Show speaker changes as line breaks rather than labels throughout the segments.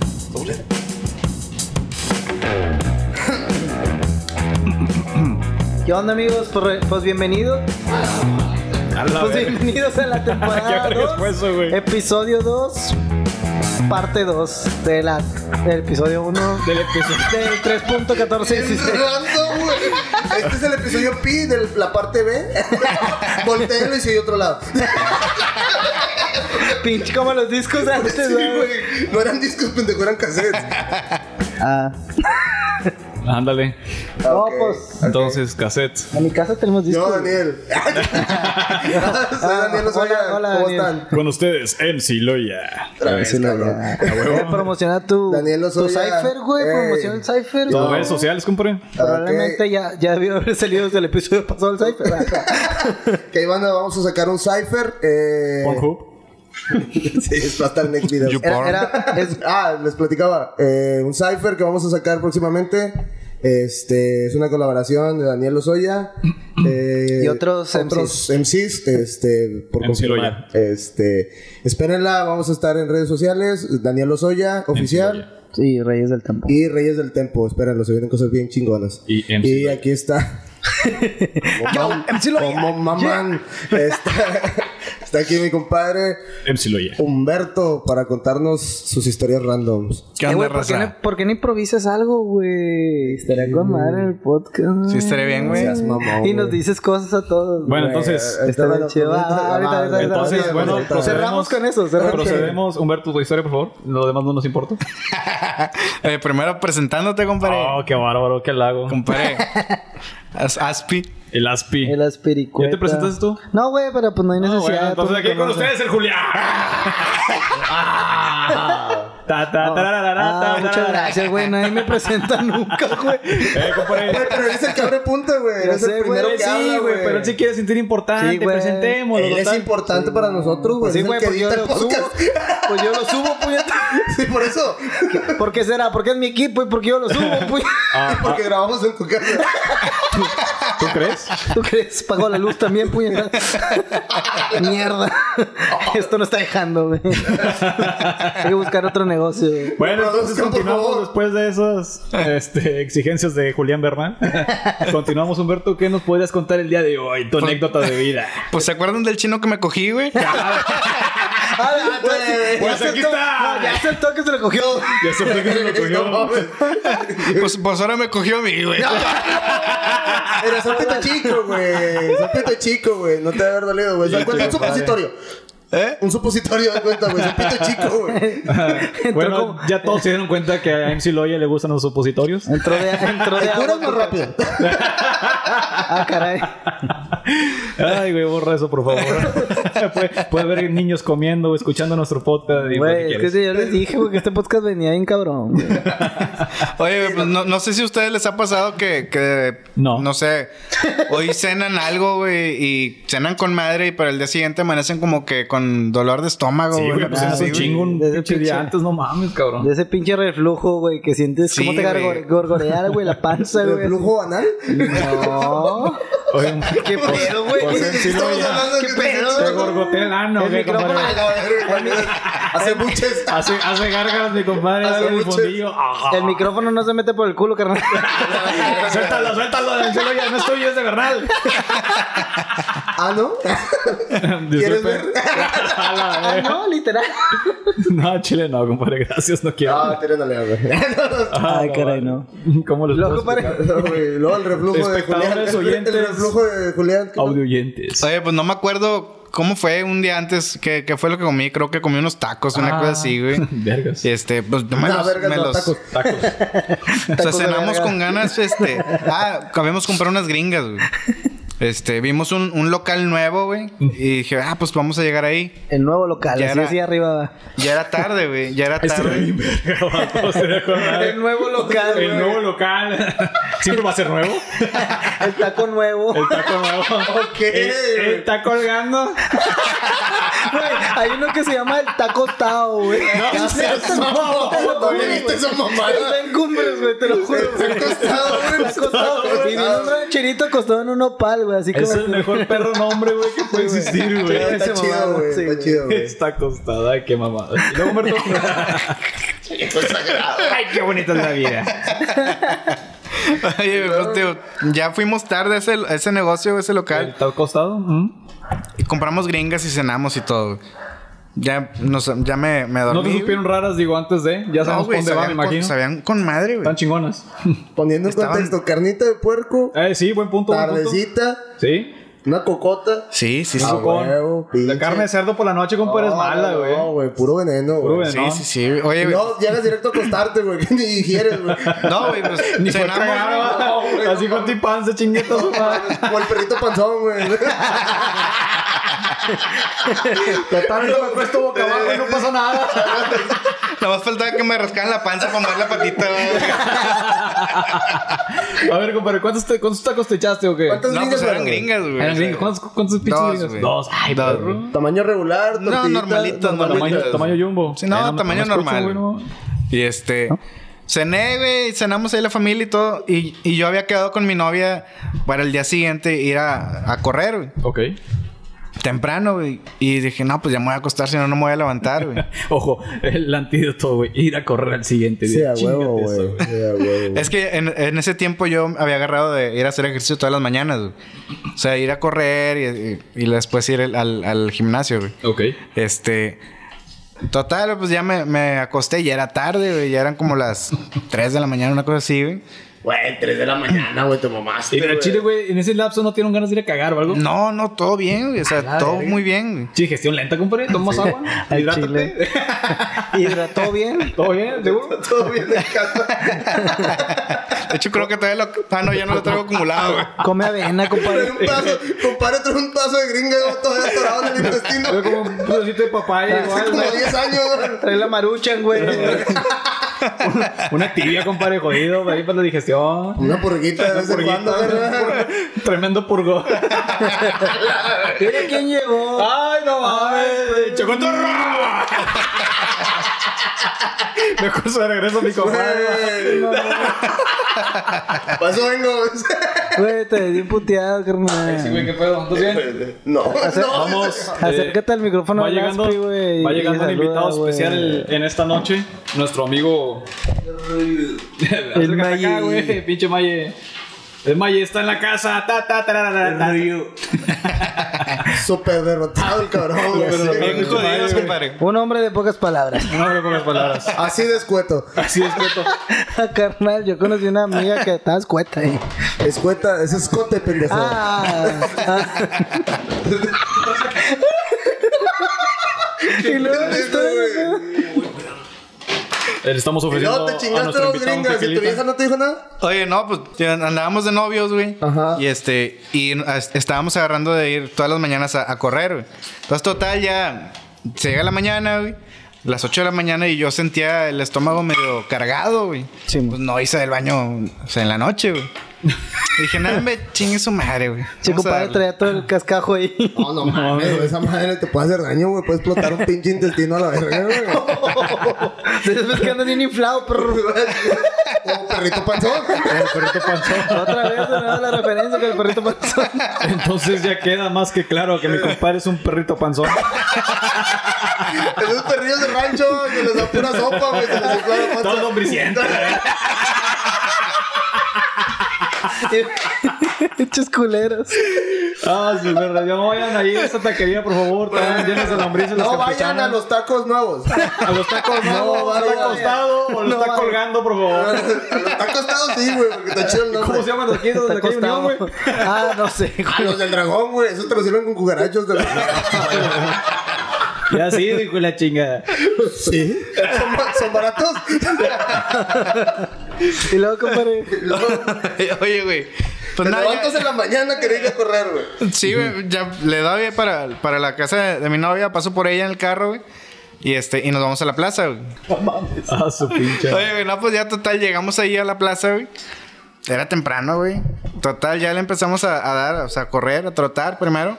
Estamos ya.
¿Qué onda amigos? Pues, re- pues bienvenidos.
A la
Pues
verga.
bienvenidos a la temporada
Qué vergas fue
2.
eso, güey.
Episodio 2. Parte 2 de la, del episodio 1
Del episodio.
del 3.1416.
Random, güey. Este es el episodio pi de la parte B. Volteenlo y sigue otro lado.
Pinche como los discos de antes,
Sí,
güey.
güey. No eran discos, pendejo, eran cassettes.
Ah,
Ándale.
Ah,
No,
ok.
pues.
Entonces, cassettes.
en mi casa tenemos discos.
No,
güey.
Daniel. Soy Daniel Osoya.
Ah, hola, hola,
¿Cómo
Daniel.
están?
Con ustedes, MC Loya.
Otra vez,
Sí, no,
cabrón.
ya. Eh, promociona tu,
Daniel
tu
Lozoya.
cipher, güey.
Ey.
Promociona el cipher.
¿Tus
güey.
redes sociales, compre?
Probablemente
Ok.
ya, ya debió haber salido desde el episodio pasado el cipher.
Que ahí van a- vamos a sacar un cipher. Eh,
Pornhub.
sí, es para estar en next video.
You-
Era, era- es-
Ah, les platicaba. eh, un cipher que vamos a sacar próximamente. Este es una colaboración de Daniel Lozoya. eh,
Y otros
otros MCs, este, por
MC
confirmar. Este, espérenla, vamos a estar en redes sociales. Daniel Lozoya, oficial.
sí, Reyes del Campo.
Y Reyes del Tempo, espérenlo, se vienen cosas bien chingonas.
Y MC
Y
Loya.
aquí está. Como
MC Loya.
como mamán. Está, está aquí mi compadre
MC Loya.
Humberto para contarnos sus historias randoms.
¿Qué
Eh,
onda,
güey, ¿por, qué no,
raza?
por qué no improvisas algo, güey? Estaría con madre en el podcast.
Sí, estaría bien, güey.
Mm,
Seas mamón,
Y nos
güey.
dices cosas a todos.
Bueno,
güey.
entonces,
Eh,
Estaría
bueno,
chido.
ahorita,
Ah, ahorita, ahorita, ahorita,
Entonces,
ahorita,
bueno,
ahorita.
procedemos-
cerramos con eso. Cerramos
Procedemos. Humberto, tu historia, por favor. Lo demás no nos importa.
Eh, primero presentándote, compadre.
Oh, qué bárbaro, qué lago.
Compadre. As- Aspi.
El Aspi.
El aspiricueta.
¿Ya te presentas tú?
No, güey, pero pues no hay
Ah,
necesidad.
bueno, entonces
tú me
aquí con
conoces.
ustedes el Julián. Ah. Ta, ta,
Ah,
tararara, ta,
muchas
tararara.
gracias, güey. Nadie me presenta nunca, güey.
Eh, compadre.
Güey, pero eres el que abre punta, güey.
Ya
Eres
sé,
el primero
güey,
que
sí,
habla,
güey,
güey.
Pero él sí quiere sentir importante.
Sí, güey.
Presentémoslo.
Él es
total.
importante para nosotros, güey.
Sí,
Es el
güey,
que
pues yo
edita
lo
el
subo.
podcast.
Pues yo lo subo, puñeta.
Sí, por eso.
¿Por qué será? Porque es mi equipo y porque yo lo subo, puñeta.
Ah, ah,
Porque grabamos en tu casa.
¿Tú crees?
¿Tú crees? Pagó la luz también, puñeta. Mierda. Esto no está dejando, güey. Hay que buscar otro negocio, güey.
Bueno, entonces
Produzcan, por
continuamos
favor.
después de esas este, exigencias de Julián Berman. continuamos, Humberto. ¿Qué nos podrías contar el día de hoy? Tu anécdota de vida.
Pues se acuerdan del chino que me cogí, güey.
Ah,
Güey,
Pues
ya
aquí
aceptó.
está.
ya aceptó que se lo cogió.
Ya se fue que se lo
No
cogió.
mames.
pues, pues ahora me cogió a mí, güey.
Pero son pito chico, güey. Son pito chico, güey. No te debe haber dolido, güey. Son-
Sí,
Un
compadre.
supositorio.
¿Eh?
Un supositorio de cuenta, güey. Son pito chico, güey.
Entró,
Bueno,
como-
ya todos se dieron cuenta que a MC Loya le gustan los supositorios.
entró de, entró de
Te
agua.
curas más rápido.
Ah, caray.
Ay, güey, borra eso, por favor. Puede- Puede ver niños comiendo o escuchando nuestro podcast. y lo que
Güey, es que
quieras.
sí, yo les dije, güey, que este podcast venía bien cabrón. güey.
Oye, güey, pues no, no sé si a ustedes les ha pasado que, que
No.
no sé, hoy cenan algo, güey, y cenan con madre y para el día siguiente amanecen como que con dolor de estómago,
Sí,
güey.
güey,
no
pues
sé,
es
Ah, sí,
un
güey.
chingo un
Desde
pinche
pinche-
día antes, no mames, cabrón.
De ese pinche reflujo, güey, que sientes
Sí,
cómo te
güey.
gargo- gorgorear, güey, la panza, güey.
¿El flujo anal?
No.
Oye,
¿Qué pedo, güey?
pues, sí,
Estamos
no, ya.
hablando de
¿Qué
que
pedo?
te gorgotea el ano,
El
ah, güey,
micrófono
compadre.
A ver, güey, Hace muchas.
Hace, hace gárgaras, mi compadre.
Hace
Hace el
mucho-
fondillo. Ah. Ajá.
El micrófono no se mete por el culo, carnal.
Ah.
Suéltalo, suéltalo, Denzel, ya no estoy, es de Bernal.
Ah, ¿no? ¿Quieres ver?
A la
Ah,
verga.
no, literal.
No, Chile, no, compadre, gracias, no quiero.
Ah, tírenale, güey.
Ah,
Ay, caray,
¿Cómo les
Loco,
puedo
pare-
explicar?
No, güey. Luego el reflujo de Julián.
Espectadores, oyentes.
El reflujo de Julián.
Audio oyentes.
Oye, pues no me acuerdo cómo fue un día antes que, que fue lo que comí. Creo que comí unos tacos, una
Ah.
cosa así, güey.
Vergas.
Este, pues no me
Nah,
los,
vergas,
me
Ah, no,
los-
tacos.
Tacos.
O sea,
Tacos de
cenamos
verga.
con ganas, este. Ah, acabamos de comprar unas gringas, güey. Este, vimos un, un local nuevo, güey. Y dije, ah, pues vamos a llegar ahí.
El nuevo local,
Ya
así,
era-
así arriba.
Ya era tarde, güey. Ya era
Estoy
tarde.
bien verga, vato, se dejó nada.
El nuevo local,
El nuevo local. ¿Siempre va a ser nuevo?
El taco nuevo.
El taco nuevo.
Ok.
El- Está colgando.
Güey, hay uno que se llama el taco tao, güey.
Ah,
No seas mamón,
Te lo
había visto esa mamada.
Está en cumbres, güey, te lo juro.
Está acostado, güey.
Está acostado, güey. Y viene un rancherito acostado en un opal, güey. Así como.
Es el mejor perro nombre, güey, que puede existir, güey.
Claro.
Está
Esa mamada,
chido, güey.
sí,
Está
güey.
chido, güey.
Está acostada, ay, qué mamada. Y luego Humberto. ay, qué bonita es la vida.
Oye, pues, tío, ya fuimos tarde a ese, a ese negocio, a ese local.
¿Está acostado? ¿Mm?
Y compramos gringas y cenamos y todo. Ya, nos, ya me, me dormí.
No te
güey.
supieron raras, digo, antes de. Ya
No,
sabemos
güey,
dónde va, me
sabían con,
imagino.
sabían con madre, güey.
Están chingonas.
Poniendo en
Estaban-
contexto, carnita de puerco,
Eh, sí, buen punto. buen punto.
tardecita,
Sí.
una cocota.
Sí, sí, sí.
Ah,
Con-
huevo,
la
pinche.
carne de cerdo por la noche, compadre, es
No,
mala,
no,
güey.
No, güey, puro veneno,
Puro
güey.
veneno.
sí, sí, sí. Oye,
Y
güey.
No, llegas directo a acostarte, güey, que ni digieres, güey.
No, güey, pues
Ni fue
cenamos.
cagar,
güey.
va.
no, güey,
Así
no,
con tipán se chingueta su madre.
O el perrito panzón, güey.
Totalmente me puesto
Eh,
boca abajo y no pasa nada.
Nada más faltaba que me rascaran la panza para mover la patita. güey.
A ver, compadre, ¿cuántos, te, cuántos tacos te echaste o qué?
¿Cuántas
No, pues
gringas eran,
eran
güey?
gringas, güey.
Eran gringos. ¿Cuántos, cuántos pinches
Dos,
gringos?
güey.
Dos. Ay,
Dos,
perro.
güey.
Tamaño regular,
No,
tortillitas,
normalitas, normalitas.
Tamaño, tamaño jumbo.
Sí, no,
Eh,
tamaño
me escucho,
normal.
güey, no.
Y este. Cené, güey, cenamos ahí la familia y todo. Y, y yo había quedado con mi novia para el día siguiente ir a, a correr, güey.
Ok.
Temprano, güey. Y dije, no, pues ya me voy a acostar, si no, no me voy a levantar, güey.
Ojo, el antídoto, güey. Ir a correr al siguiente
Sí,
día.
a huevo,
Chíngate eso,
güey. Sí, a huevo.
Es que en, en ese tiempo yo había agarrado de ir a hacer ejercicio todas las mañanas, güey. O sea, ir a correr y, y- y después ir el- al, al gimnasio, güey.
Ok.
Este. Total, pues ya me, me acosté y ya era tarde, güey. Ya eran como las 3 de la mañana, una cosa así, güey.
Güey, 3 de la mañana, güey, te
Y
mamaste,
en el Chile, güey, en ese lapso no tienen ganas de ir a cagar o algo.
No, no, todo bien, güey. O sea,
la
todo
verga.
muy bien, güey.
Sí, gestión lenta, compadre. Tomas agua.
Al
Hidrátate.
Hidrató bien.
¿Todo bien? ¿Seguro?
Todo bien de casa.
De hecho, creo que todavía lo. Ah, no, ya no lo traigo acumulado, güey.
Come avena,
Trae
compadre.
un paso, compadre, trae un paso de gringa, güey, todavía atorado en el intestino.
Fue como un pedacito de papaya
Hace
igual.
como
¿no?
10 años, güey.
Trae la maruchan, güey.
Una tibia, compadre, jodido. Ahí para la digestión.
Una purguita de vez en cuando, ¿verdad?
Tremendo purgo.
Mira quién llegó.
¡Ay, no mames! ¡Chocotorro! Mejor se regreso mi compadre.
Güey. Paso vengo.
Güey, te di un puteado, carnal.
Sí, güey, ¿qué pedo? ¿Tú bien?
No, no.
Vamos. eh,
Acércate al micrófono,
Va
al
llegando,
Gaspi, güey,
va
y
llegando un
saluda,
invitado
güey.
especial en esta noche. Nuestro amigo.
El
El
Maye.
güey. Pinche Maye. El Maye está en la casa. Ta, ta, tararara, ta.
Súper derrotado el cabrón, güey.
Pero
Sí,
Bien
güey.
jodidos, compadre.
Un hombre de pocas palabras.
No hablo con las palabras.
Así de escueto.
Así es, Beto.
carnal, yo conocí una amiga que estaba escueta, eh.
Escueta, es escote, pendejo.
Ah, ah. y luego la historia, ¿no?
Le Eh, estamos
Y
ofreciendo.
no, te
a
chingaste
nuestro
dos
invitado un
gringas. ¿Y tu
tequilita.
vieja no te dijo nada?
Oye, no, pues tío, andábamos de novios, güey.
Ajá.
Y este, y as- estábamos agarrando de ir todas las mañanas a, a correr, güey. Entonces, total, ya se llega la mañana, güey. Las 8 de la mañana y yo sentía el estómago medio cargado, güey.
Sí, mo.
pues no hice del baño, o sea, en la noche, güey. Dije, nada, me chingue su madre, güey.
Sí,
Vamos a
compadre,
darle".
traía todo el cascajo ahí.
No, no mames. güey, Esa madre te puede hacer daño, güey. Puede explotar un pinche intestino a la verga, güey.
Después que andas bien inflado, perro.
Como perrito panzón.
Otra vez me da la referencia con el perrito panzón.
Entonces ya queda más que claro que mi compadre es un perrito panzón.
Esos perrillos de rancho que les da pura sopa, güey. Se les infla la panza.
Todo hombriciento.
Hechos culeros.
Ah, sí, es verdad. Ya no vayan ahí a esa taquería, por favor. Están llenas de lombrices. las
No vayan
capuchanas.
a los tacos nuevos. A
A los tacos, no.
No
no está
vayan.
acostado o lo
No
está
vayan.
colgando, por favor.
los tacos nuevos sí, güey, porque está chido el nombre.
¿Cómo se llaman los aquí de
Está
la calle Unión,
acostado.
güey?
Ah, no sé.
A los del dragón, güey. Esos te los sirven con cucarachos. De...
Ya sí, dijo la chingada.
¿Sí? ¿Son, ba- son baratos?
Y luego, compadre.
Oye, güey.
Te
Pues nada, ya-
levantas en la mañana que ir a correr, güey.
Sí, güey, ya le doy para, para la casa de, de mi novia, paso por ella en el carro, güey. Y este, y nos vamos a la plaza, güey.
Ah, su pinche.
Oye, güey, no, pues ya total, llegamos ahí a la plaza, güey. Era temprano, güey. Total, ya le empezamos a, a dar, o sea, a correr, a trotar primero.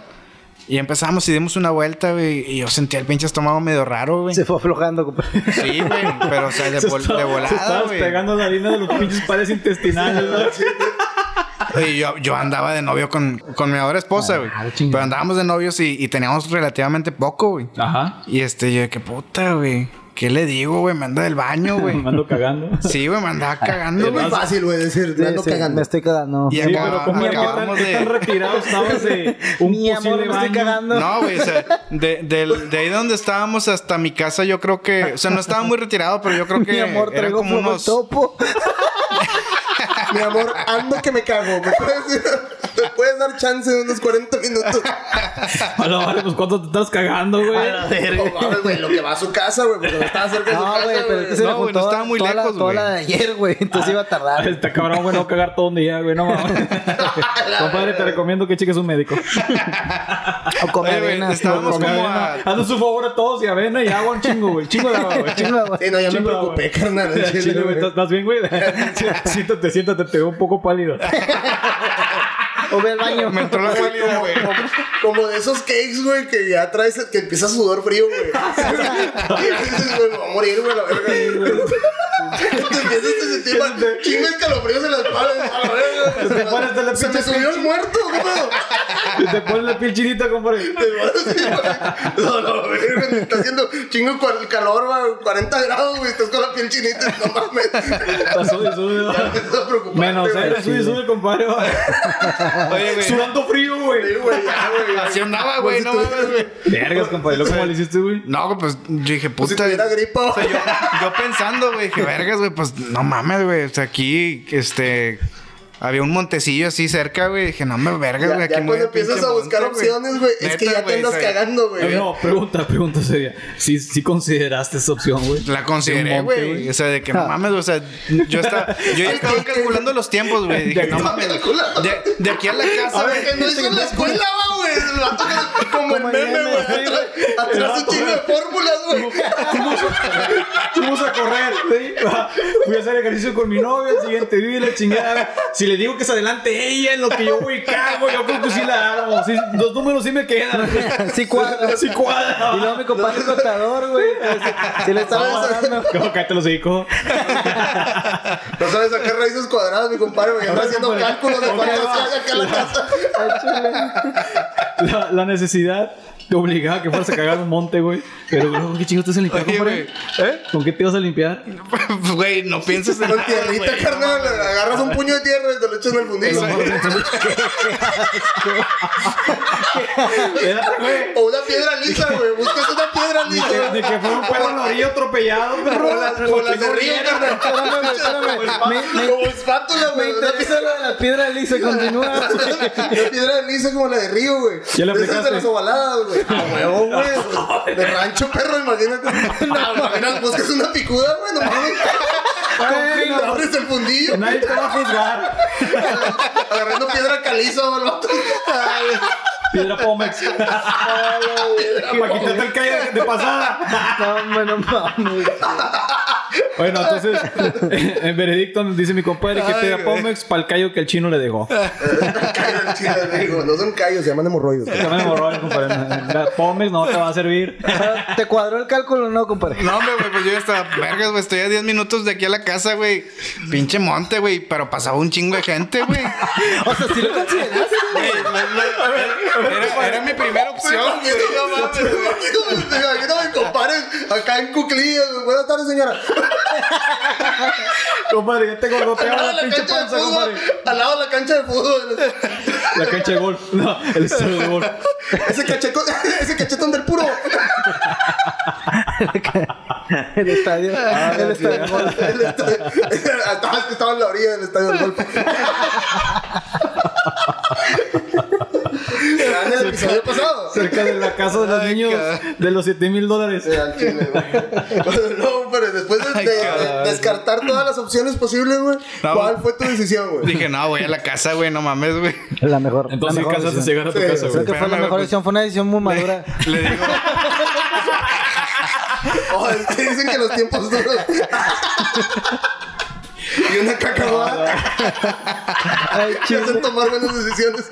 Y empezamos y dimos una vuelta, güey. Y yo sentía el pinche estómago medio raro, güey.
Se fue aflojando, compadre.
Sí, güey. Pero, o sea, de,
Se
vol-
estaba-
de
Se
volada,
estabas
güey.
pegando la harina de los pinches pares intestinales, ¿no?
Oye, yo, yo andaba de novio con, con mi ahora esposa, güey.
Ah, chingada.
pero andábamos de novios y, y teníamos relativamente poco, güey.
Ajá.
Y este, yo, qué puta, güey. ¿Qué le digo, güey? Me anda del baño, güey.
Me ando cagando.
Sí, güey, me andaba
Es
cagando,
muy
güey.
fácil, güey, decir, me ando
Sí, sí,
cagando.
me estoy cagando.
Y
Sí,
acá-
pero como que tan,
acabamos
qué tan
de.
retirado estabas de un
Mi
posible
amor, me estoy
baño.
cagando.
No, güey, o sea, de, del- de ahí donde estábamos hasta mi casa, yo creo que. O sea, no estaba muy retirado, pero yo creo que.
Mi amor,
era
traigo
como
como
unos.
topo.
Mi amor, ando que me cago. ¿Me puedes, me puedes dar chance de unos 40 minutos?
A la madre, pues cuánto te estás cagando, güey.
No mames, güey, lo que va a su casa, güey, porque no estaba cerca de su
No,
casa.
Ah, güey, pero es que se
No,
me
güey,
juntó
no estaba muy
toda
lejos,
la, toda la
güey. Ah.
de ayer, güey. Entonces iba a tardar.
Está cabrón, güey, no cagar todo un día, güey, no mames. Compadre, te recomiendo que cheques un médico.
O come
Oye, güey,
avena.
estábamos
Come
como
avena.
a.
Haznos un favor a todos y avena y agua un chingo, güey. Chingo de agua, güey.
Chinga, güey.
Sí, no, ya me
Chingo,
preocupé,
güey.
carnal. al chile,
Chile, güey,
güey.
¿estás- ¿Estás bien, güey? Sí, Siéntate, siéntate, te veo un poco pálido.
O ve al baño.
Me entró la pálida, güey.
Como- Como de esos cakes, güey, que ya traes, que empieza a sudar frío, güey. Y dices, güey, me voy a morir, güey, la verga. Te empiezas a sentir mal. Chingo escalofríos en las manos, a la verga.
Te pones de la
Se me
pinche
subió el muerto, güey.
Y te pones la piel chinita, compadre.
No, no, güey, me está haciendo chingo cua- el calor, güey, 40 grados, güey, estás con la piel chinita, no mames.
Está sube, sube. güey.
Estás preocupante,
Menos
güey.
cero, sube, sube, compadre.
Oye, güey.
Sudando frío,
Sí,
güey.
güey, ya, güey, Pues ya.
Así andaba,
Pues
güey, no mames, güey.
Vergas, compadre. ¿Lo cómo le hiciste, güey?
No, pues yo dije,
Pues si
puta.
tuviera gripa,
O sea, yo, yo pensando, güey, que vergas, güey, pues no mames, güey. O sea, aquí, este. Había un montecillo así cerca, güey. Dije, no me vergas,
Ya,
güey.
ya
Aquí me voy
cuando
al pinche
empiezas a buscar
monte,
opciones, güey, es
Neta,
que ya te
güey,
andas
o sea,
cagando, güey.
No, pregunta, pregunta seria. Si consideraste esa opción, güey?
La consideré,
De un monte,
güey. O sea, de que no mames, güey, o sea, yo estaba, yo ya estaba calculando los tiempos, güey. Dije, no mames.
calculando.
De, de aquí a la casa,
¿Sabes
güey.
qué no hizo en la escuela, va, güey? El vato que- Como el
Como el
meme,
meme,
güey.
sí,
atrás- Atrás un chingo de fórmulas, güey.
Fuimos a correr, ¿sí? Fui a hacer ejercicio con mi novia, el siguiente vive la chingada. Si le digo que se adelante ella en lo que yo voy cago, yo creo que sí la armo. Sí, los números sí me quedan.
Sí, cuadra.
Sí cuadra.
Y luego mi compadre es contador, güey. Entonces, Si le estaba
No,
dando.
Como cállate los hijos.
No sabes sacar raíces cuadradas, mi compadre, güey. Anda
Ahora,
haciendo
compadre,
cálculos de cuánto
ahora
se
va.
hace acá en la casa.
La, la necesidad te obligaba a que fueras a cagar un monte, güey. Pero, güey, ¿con qué chingo te vas a limpiar,
Oye,
compadre?
¿Eh?
¿Con qué te vas a limpiar?
Güey, no pienses en
Con
nada,
tierrita,
güey.
carnal. Agarras un puño de tierra y te lo echas en el fundillo.
Era, güey.
O una piedra lisa, güey. Buscas una piedra
Ni que,
lisa.
ni
güey.
que fuera un perro en la orilla atropellado, perro.
O la- O la
Porque
de
no
río,
viene.
carnal.
Espérame, espérame. Me-
Como espátula,
Me
güey. Una
interesa lo de la piedra lisa, continúa. güey.
Una piedra lisa como la de río, güey.
Ya la
De esas de
aplicaste.
las ovaladas, güey. A huevo, güey. De rancho, perro, imagínate. Ah, Imagínate, buscas una picuda, güey. No mames.
Bueno,
Le abres el fundillo.
Nadie te va a juzgar.
Agarrando piedra caliza, güey. el vato.
Piedra Pomex. Para quitarte el calle de pasada.
No, hombre, no mames.
Bueno, entonces, en veredicto dice mi compadre que
Ay,
piedra
güey.
Pomex para el callo que el chino le dejó.
Callos, chido, digo, No son callos, se llaman hemorroides. güey.
Ya me borró el compadre. La Pomex no te va a servir.
Pero, ¿Te cuadró el cálculo o no, compadre?
No, hombre, güey, pues yo ya estaba, vergas, güey, estoy a 10 minutos de aquí a la casa, güey. Pinche monte, güey, pero pasaba un chingo de gente, güey.
O sea, si lo consideraste.
Güey, Era, era mi primera opción, güey. No mames, güey.
Te imagino me comparen acá en cuclillas. güey. Buenas tardes, señora.
Compadre, ya te
Al
gorgoteaba
lado
la
de la
pinche
cancha de
panza,
fútbol.
compadre.
Al lado de la cancha de fútbol.
La cancha de golf. No, el estadio de golf.
Ese cachetón, ese cachetón del puro.
El estadio.
Ah,
El estadio.
Este, El estadio- Estaba, estaba en la orilla del estadio del golpe. en el episodio pasado.
Cerca de la casa de los
Ay,
niños
cabrón.
de los 7 mil dólares.
Al chile, güey. Bueno, No, pero después de, de- de
cabrón.
descartar todas las opciones posibles, güey,
No.
¿cuál fue tu decisión, güey?
Dije, no, voy a la casa, güey, no mames, güey.
La mejor.
Entonces,
la mejor
casas de
decisión.
llegar a tu
Sí,
casa,
Creo
güey.
que fue la
Espérame,
mejor
pues.
decisión. Fue una decisión muy madura.
Le digo,
Oh, es que dicen que los tiempos duros. y una cacahuada.
Ay,
Me
chile.
hacen tomar buenas decisiones.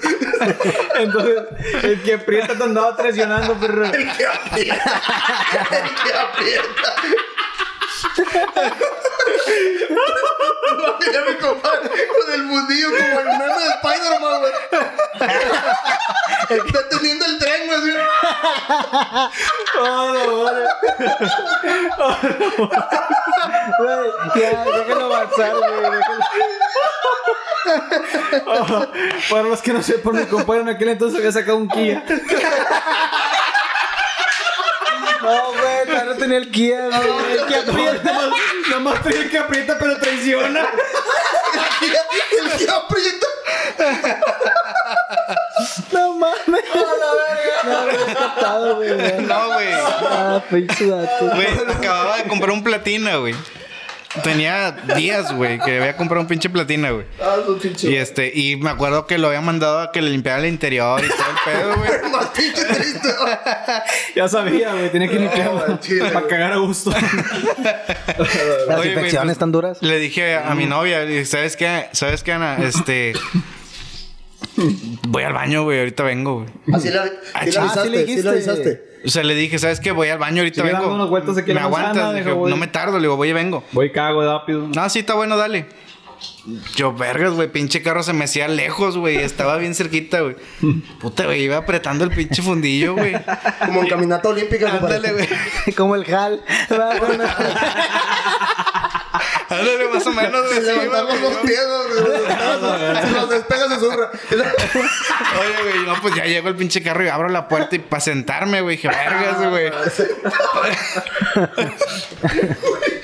Entonces, el que aprieta te andaba traicionando, perro.
El que aprieta. El que aprieta. No, ya me comparo con el mundillo como el meme de Spider-Man, güey. Está teniendo el tren, güey. así.
No, no, vale.
Güey, ya, déjalo avanzar, güey. déjalo.
Para los que no sepan, mi compadre en aquel entonces había sacado un Kia.
No, güey, todavía no tenía el Kia, güey. El Kia
Nada
aprieta.
más, nada más trae el que aprieta, pero traiciona.
El que- El que aprieta.
No mames. No, güey, es captado, güey. güey.
No, güey.
Ah, pinche dato.
Güey, acababa de comprar un platina, güey. Tenía días, güey, que había comprado un pinche platina, güey.
Ah, su pinche.
Y este, y me acuerdo que lo había mandado a que le limpiara el interior y todo el pedo, güey.
Más pinche triste.
Ya sabía, güey, tenía que limpiarlo.
chile,
para
güey.
cagar a gusto.
Las
Oye, güey,
infecciones
pues,
tan duras.
Le dije a mi novia, le dije, ¿sabes qué? ¿Sabes qué, Ana? Este. Voy al baño, güey, ahorita vengo, güey.
Así la,
Ah,
sí la
ching-
ah, sí le
avisaste, sí la
dijiste.
avisaste.
O sea, le dije, ¿sabes qué? Voy al baño, ahorita
Sigue
vengo.
dando unas vueltas aquí a
me
la manzana,
aguantas, Le
deja,
dije,
voy.
no me tardo, le digo, voy y vengo.
Voy cago rápido.
No, sí, está bueno, dale. Yo, vergas, güey, pinche carro se me hacía lejos, güey. Estaba bien cerquita, güey. Puta, güey, iba apretando el pinche fundillo, güey.
Como en caminata olímpica.
Ándale,
compadre.
güey.
Como el Hal. Va, bueno.
Ándale, más o menos, güey.
Se
sí, iba,
levantaron
güey,
los
¿no?
pies, güey, los despegas, los despegas se zurra.
Oye, güey, no, pues ya llego el pinche carro y abro la puerta y para sentarme, güey. Dije, vergas, güey.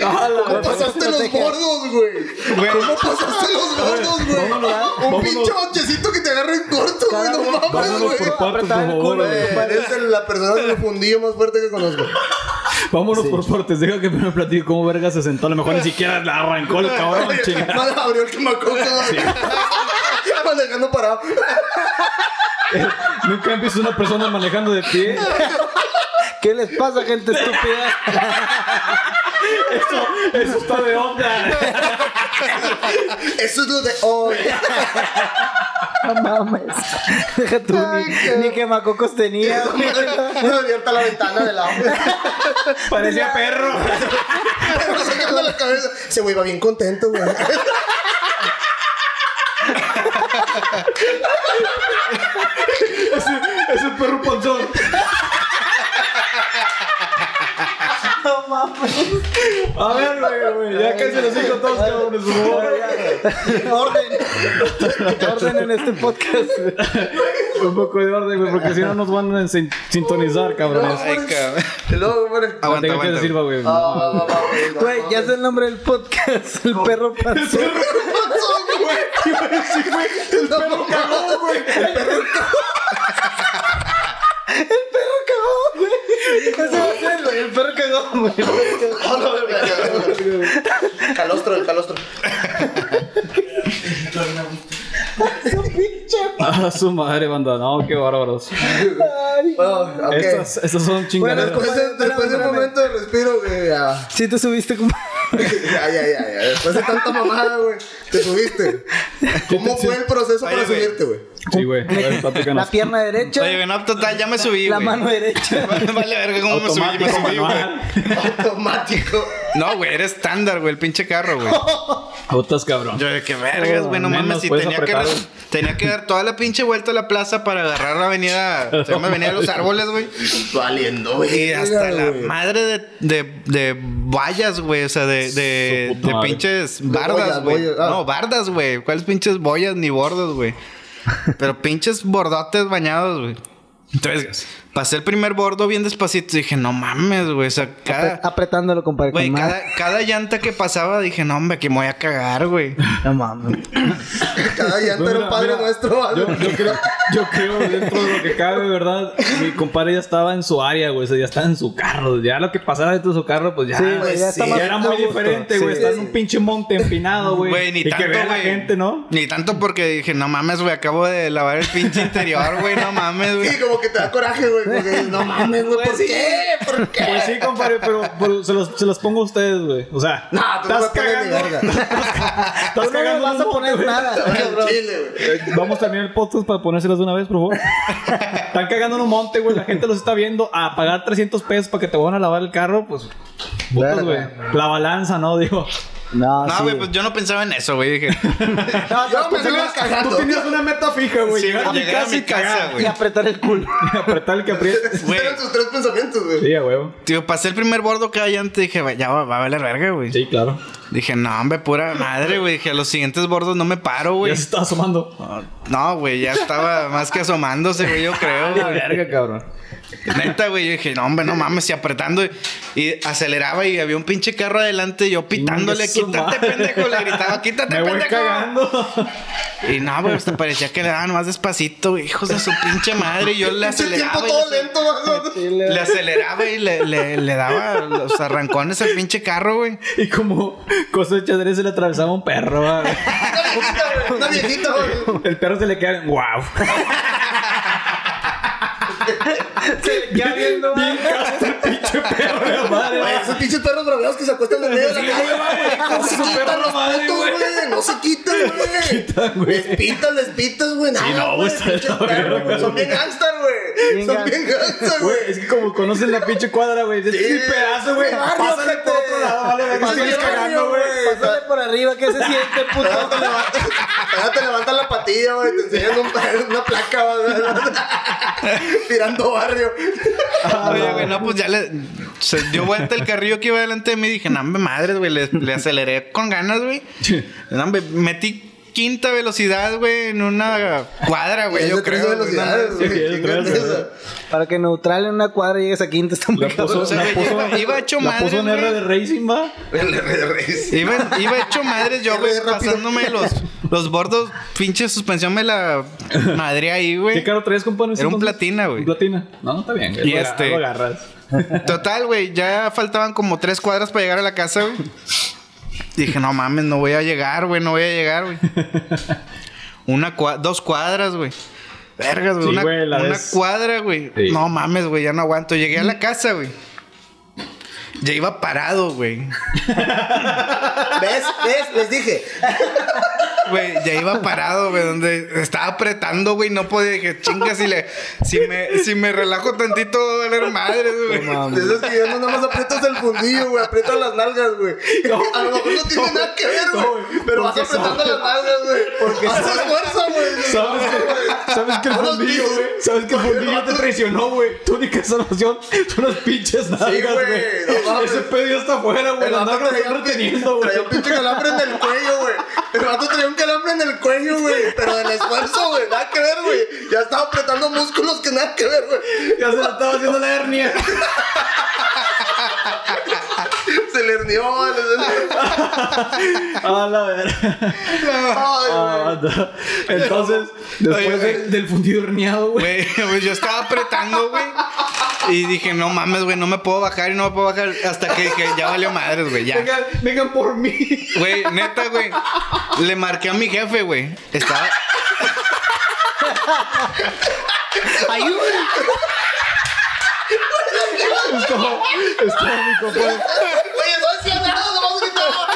¿Cómo pasaste los gordos, güey?
Güey.
¿Cómo pasaste los gordos, güey?
vámonos, ah,
Un
vámonos.
pinche bachecito que te agarra en corto, güey. No mames,
Vámonos
güey. Eh,
por partes, por
Apretar el
favor.
culo,
güey.
Güey, Eres la persona del fundillo más fuerte que conozco.
Vámonos por partes. Deja que primero platique cómo verga se sentó. A lo mejor ni siquiera la arrancó el cabrón. chinga.
Más abrió el quemacoco, güey. Manejando parado.
Nunca he visto una persona manejando de pie.
¿Qué les pasa, gente estúpida?
Eso, eso está de onda.
Eso es lo de hoy.
No mames. Deja tú, ni, ni quemacocos tenía. güey.
Abierta la ventana del lado.
Parecía perro.
Sacando la cabeza. Se güey va bien contento, güey.
Es un perro panzón.
No mames.
A ver, güey, güey. Ya casi los hijos todos, cabrones. Por favor.
Orden. Orden en este podcast.
Un poco de orden, güey, porque si no nos van a sin- sintonizar, cabrones.
Ay, cabrón.
Y luego, güey.
Tengo
Aguanta,
que
aguanta.
decir,
güey.
güey.
Ah, va, va, va, güey. No,
Güey,
no,
ya sé el nombre del podcast. El perro pasó.
Panzón, güey. El perro cagó, güey. El perro
perro cagó, güey. Ese va a ser, güey. El perro cagó, güey.
Calostro, el calostro.
A su madre, banda. No, qué bárbaros.
Ay.
Bueno, ok.
Estas, estas son chingaderas.
Después, de- después de un momento de respiro, güey. Ya,
Sí te subiste, compa.
ya, ya, ya, ya. Después de tanta mamada, güey. Te subiste. ¿Cómo fue el proceso para
Oye, güey.
subirte, güey?
Sí, güey. A ver, platícanos.
La pierna derecha,
Oye, güey, no, total, ya me subí, güey.
la mano derecha.
Vale, vale, verga, cómo me subí, me
Automático,
subí, güey.
manual.
Automático.
No, güey, era estándar, güey, el pinche carro, güey.
Jotas, cabrón.
Yo de que vergas, güey, no mames,
menos
si
puedes
tenía que,
apretar.
tenía que dar toda la pinche vuelta a la plaza para agarrar la avenida, se llama Avenida de los Árboles, güey.
Valiendo,
Y
güey.
hasta la
güey.
madre de, de, de vallas, güey, o sea, de, de,
Su puta
de
madre.
pinches
boyas,
bardas, güey.
boyas, ah.
No, bardas, güey. ¿Cuáles pinches boyas ni bordos, güey? Pero pinches bordotes bañados, güey. Entonces, pasé el primer bordo bien despacito y dije, no mames, güey, o sea,
Ah.
cada...
Apretándolo, compadre.
Güey,
con más.
cada, cada llanta que pasaba dije, no, hombre, que me voy a cagar, güey.
No mames.
Cada llanto era un padre
Mira,
nuestro.
Yo,
¿vale?
yo creo, yo creo dentro de lo que cabe, ¿verdad? Mi compadre ya estaba en su área, güey. O sea, ya estaba en su carro. Ya lo que pasara dentro de su carro, pues ya.
Sí,
güey,
güey, ya
sí,
está más
ya era
a
muy
gusto.
diferente,
Sí.
güey. Está en un pinche monte empinado, güey.
Güey, ni
y
tanto,
que vea la
güey.
gente, ¿no?
Ni tanto porque dije, no mames, güey, acabo de lavar el pinche interior, güey, no mames, güey.
Sí, como que te da coraje, güey. güey. No mames, güey. ¿Por
Pues sí.
qué? ¿Por qué?
Pues sí, compadre, pero, pero se, los, se los pongo a ustedes, güey. O sea,
No, tú no vas a poner ni verga.
Tú
Estás
no me
cagando
vas
un
a
bote,
poner
güey.
nada, cabrón.
Chile, güey.
Eh, Vamos a terminar el podcast para ponérselas de una vez, por favor. Están cagando en un monte, güey. La gente los está viendo a pagar 300 pesos para que te van a lavar el carro, pues. Putos,
Verga.
güey. La balanza, ¿no? Digo.
No,
No,
sí,
güey, pues yo no pensaba en eso, güey. Dije,
Yo me estaba cagando.
una meta fija,
sí, güey, llegar a mi casa,
Y
güey.
apretar el culo.
Apretar el que apriete.
Esos
güey.
eran tus tres pensamientos, güey.
Sí, a huevo.
Tío, pasé el primer bordo que había antes. Dije, "Güey, ya va, va a valer verga, güey.
Sí, claro.
Dije, no, hombre, pura madre, güey. Dije, a los siguientes bordos no me paro,
Ya
güey.
se está asomando.
No, güey, ya estaba más que asomándose, güey, yo creo,
La
güey.
verga, cabrón.
Neta, güey, yo dije, no, hombre, no mames, y apretando. Y, y aceleraba y había un pinche carro adelante, yo pitándole,
Chingue su
quítate,
madre".
pendejo, le gritaba,
Me
quítate,
voy
pendejo.
cagando.
Y no, güey, hasta parecía que le daban más despacito, güey, hijos de su pinche madre. Y yo le
Ese tiempo
aceleraba. y le
todo
aceleraba.
lento, güey.
Le aceleraba y le, le, le daba los arrancones al pinche carro, güey.
Y como cosecha de se le atravesaba un perro. va, güey.
Una viejita, güey. Una viejita, güey.
El perro se le queda. ¡Wow!
Ya viendo,
Bien cabrón, el pinche perro de la madre.
Güey,
va.
Esos pinches perros drogados que se acuestan en medio de la calle, güey. No se
Su perra
quitan los
madre,
putos,
güey.
güey. No se quitan,
quitan,
güey.
güey.
Les pitas, les pitas, güey. Nada,
no, güey,
güey.
está
pinches
la verga,
perros, güey. Son bien gangster, güey.
Bien
Son bien gangster,
Güey,
güey.
es que como conocen la pinche cuadra, güey. Es
Sí,
el pedazo, güey.
barrio,
Pásale
gente.
por otro lado, vale, verga,
Pásale
sigues
barrio,
cagando, güey.
güey.
Pásale por arriba, ¿qué se siente,
Ahora
puto?
te levantas- ahora te levantan la patilla, güey. Te enseñan un- una placa, güey. Tirando barrio. Ah,
Oye, güey, no, pues ya le. Se dio vuelta el carrillo que iba delante de mí. Dije, no, hombre, madres, güey. Le, le aceleré con ganas, güey. No, hombre, metí quinta velocidad, güey, en una cuadra, güey.
Es de
Yo
tres
creo. güey,
velocidades,
no,
Ah, güey.
sí, es de
Chingate
tres,
esa.
güey.
Para que neutral en una cuadra llegues a quinta, está muy
La
cabrón.
puso,
O sea,
la
güey,
puso,
iba- iba hecho
la
madres,
puso en R
güey.
de Racing, va.
El RR.
Iba, iba hecho madres yo, güey,
Ve rápido.
pasándome los, los bordos. Pinche suspensión me la madre ahí, güey.
¿Qué carro traes, compadre?
Era un
Entonces,
platina, güey.
Un platina. No, no, está bien, güey.
Y
Lo aga-
este-
Lo agarras.
Total, güey, ya faltaban como tres cuadras para llegar a la casa, güey. Dije, no mames, no voy a llegar, güey, no voy a llegar, güey. Una cua- dos cuadras, güey. Vergas, güey.
Sí,
una
güey, la
una
ves.
cuadra, güey.
Sí.
No mames, güey, ya no aguanto. Llegué a la casa, güey. Ya iba parado, güey.
¿Ves? ¿Ves? Les dije.
Güey, ya iba parado, güey, donde estaba apretando, güey, no podía. Dije, chinga, si, le, si, me, si me relajo tantito, va a valer madres, güey.
De esos que ya no nada más aprietas el fundillo, güey. Aprietas las nalgas, güey. a lo mejor no tiene nada que ver, güey.
no, güey,
pero vas
porque
apretando las nalgas, güey. Porque haces fuerza, güey.
¿Sabes que, sabes que el
Unos
fundillo,
pinches-
güey? ¿Sabes que el fundillo te traicionó, güey? Tu única salvación son los pinches nalgas,
güey,
güey.
no mames.
Ese pedo ya está afuera, güey.
El
Las
vato
nalgas
traía
están
un pinche-
reteniendo, güey.
Traía un pinche calambre en el cuello, güey. El vato traía un calambre en el cuello, güey. Pero del esfuerzo, güey. Nada que ver, güey. Ya estaba apretando músculos que nada que ver, güey.
Ya se la estaba haciendo la hernia.
Se le hernió, le- le-
A Ah, la verga.
Ay, güey.
Ah, no. Entonces, después
Oye,
de- del fundido herniado, güey.
Güey, güey, yo estaba apretando, güey. Y dije, no mames, güey, no me puedo bajar y no me puedo bajar. Hasta que dije, ya valió madres, güey, ya.
Vengan, vengan por mí.
Güey, neta, güey. Le marqué a mi jefe, güey. Estaba.
Estaba, estaba mi compadre.
Oye, no hacía nada, nomás gritaba.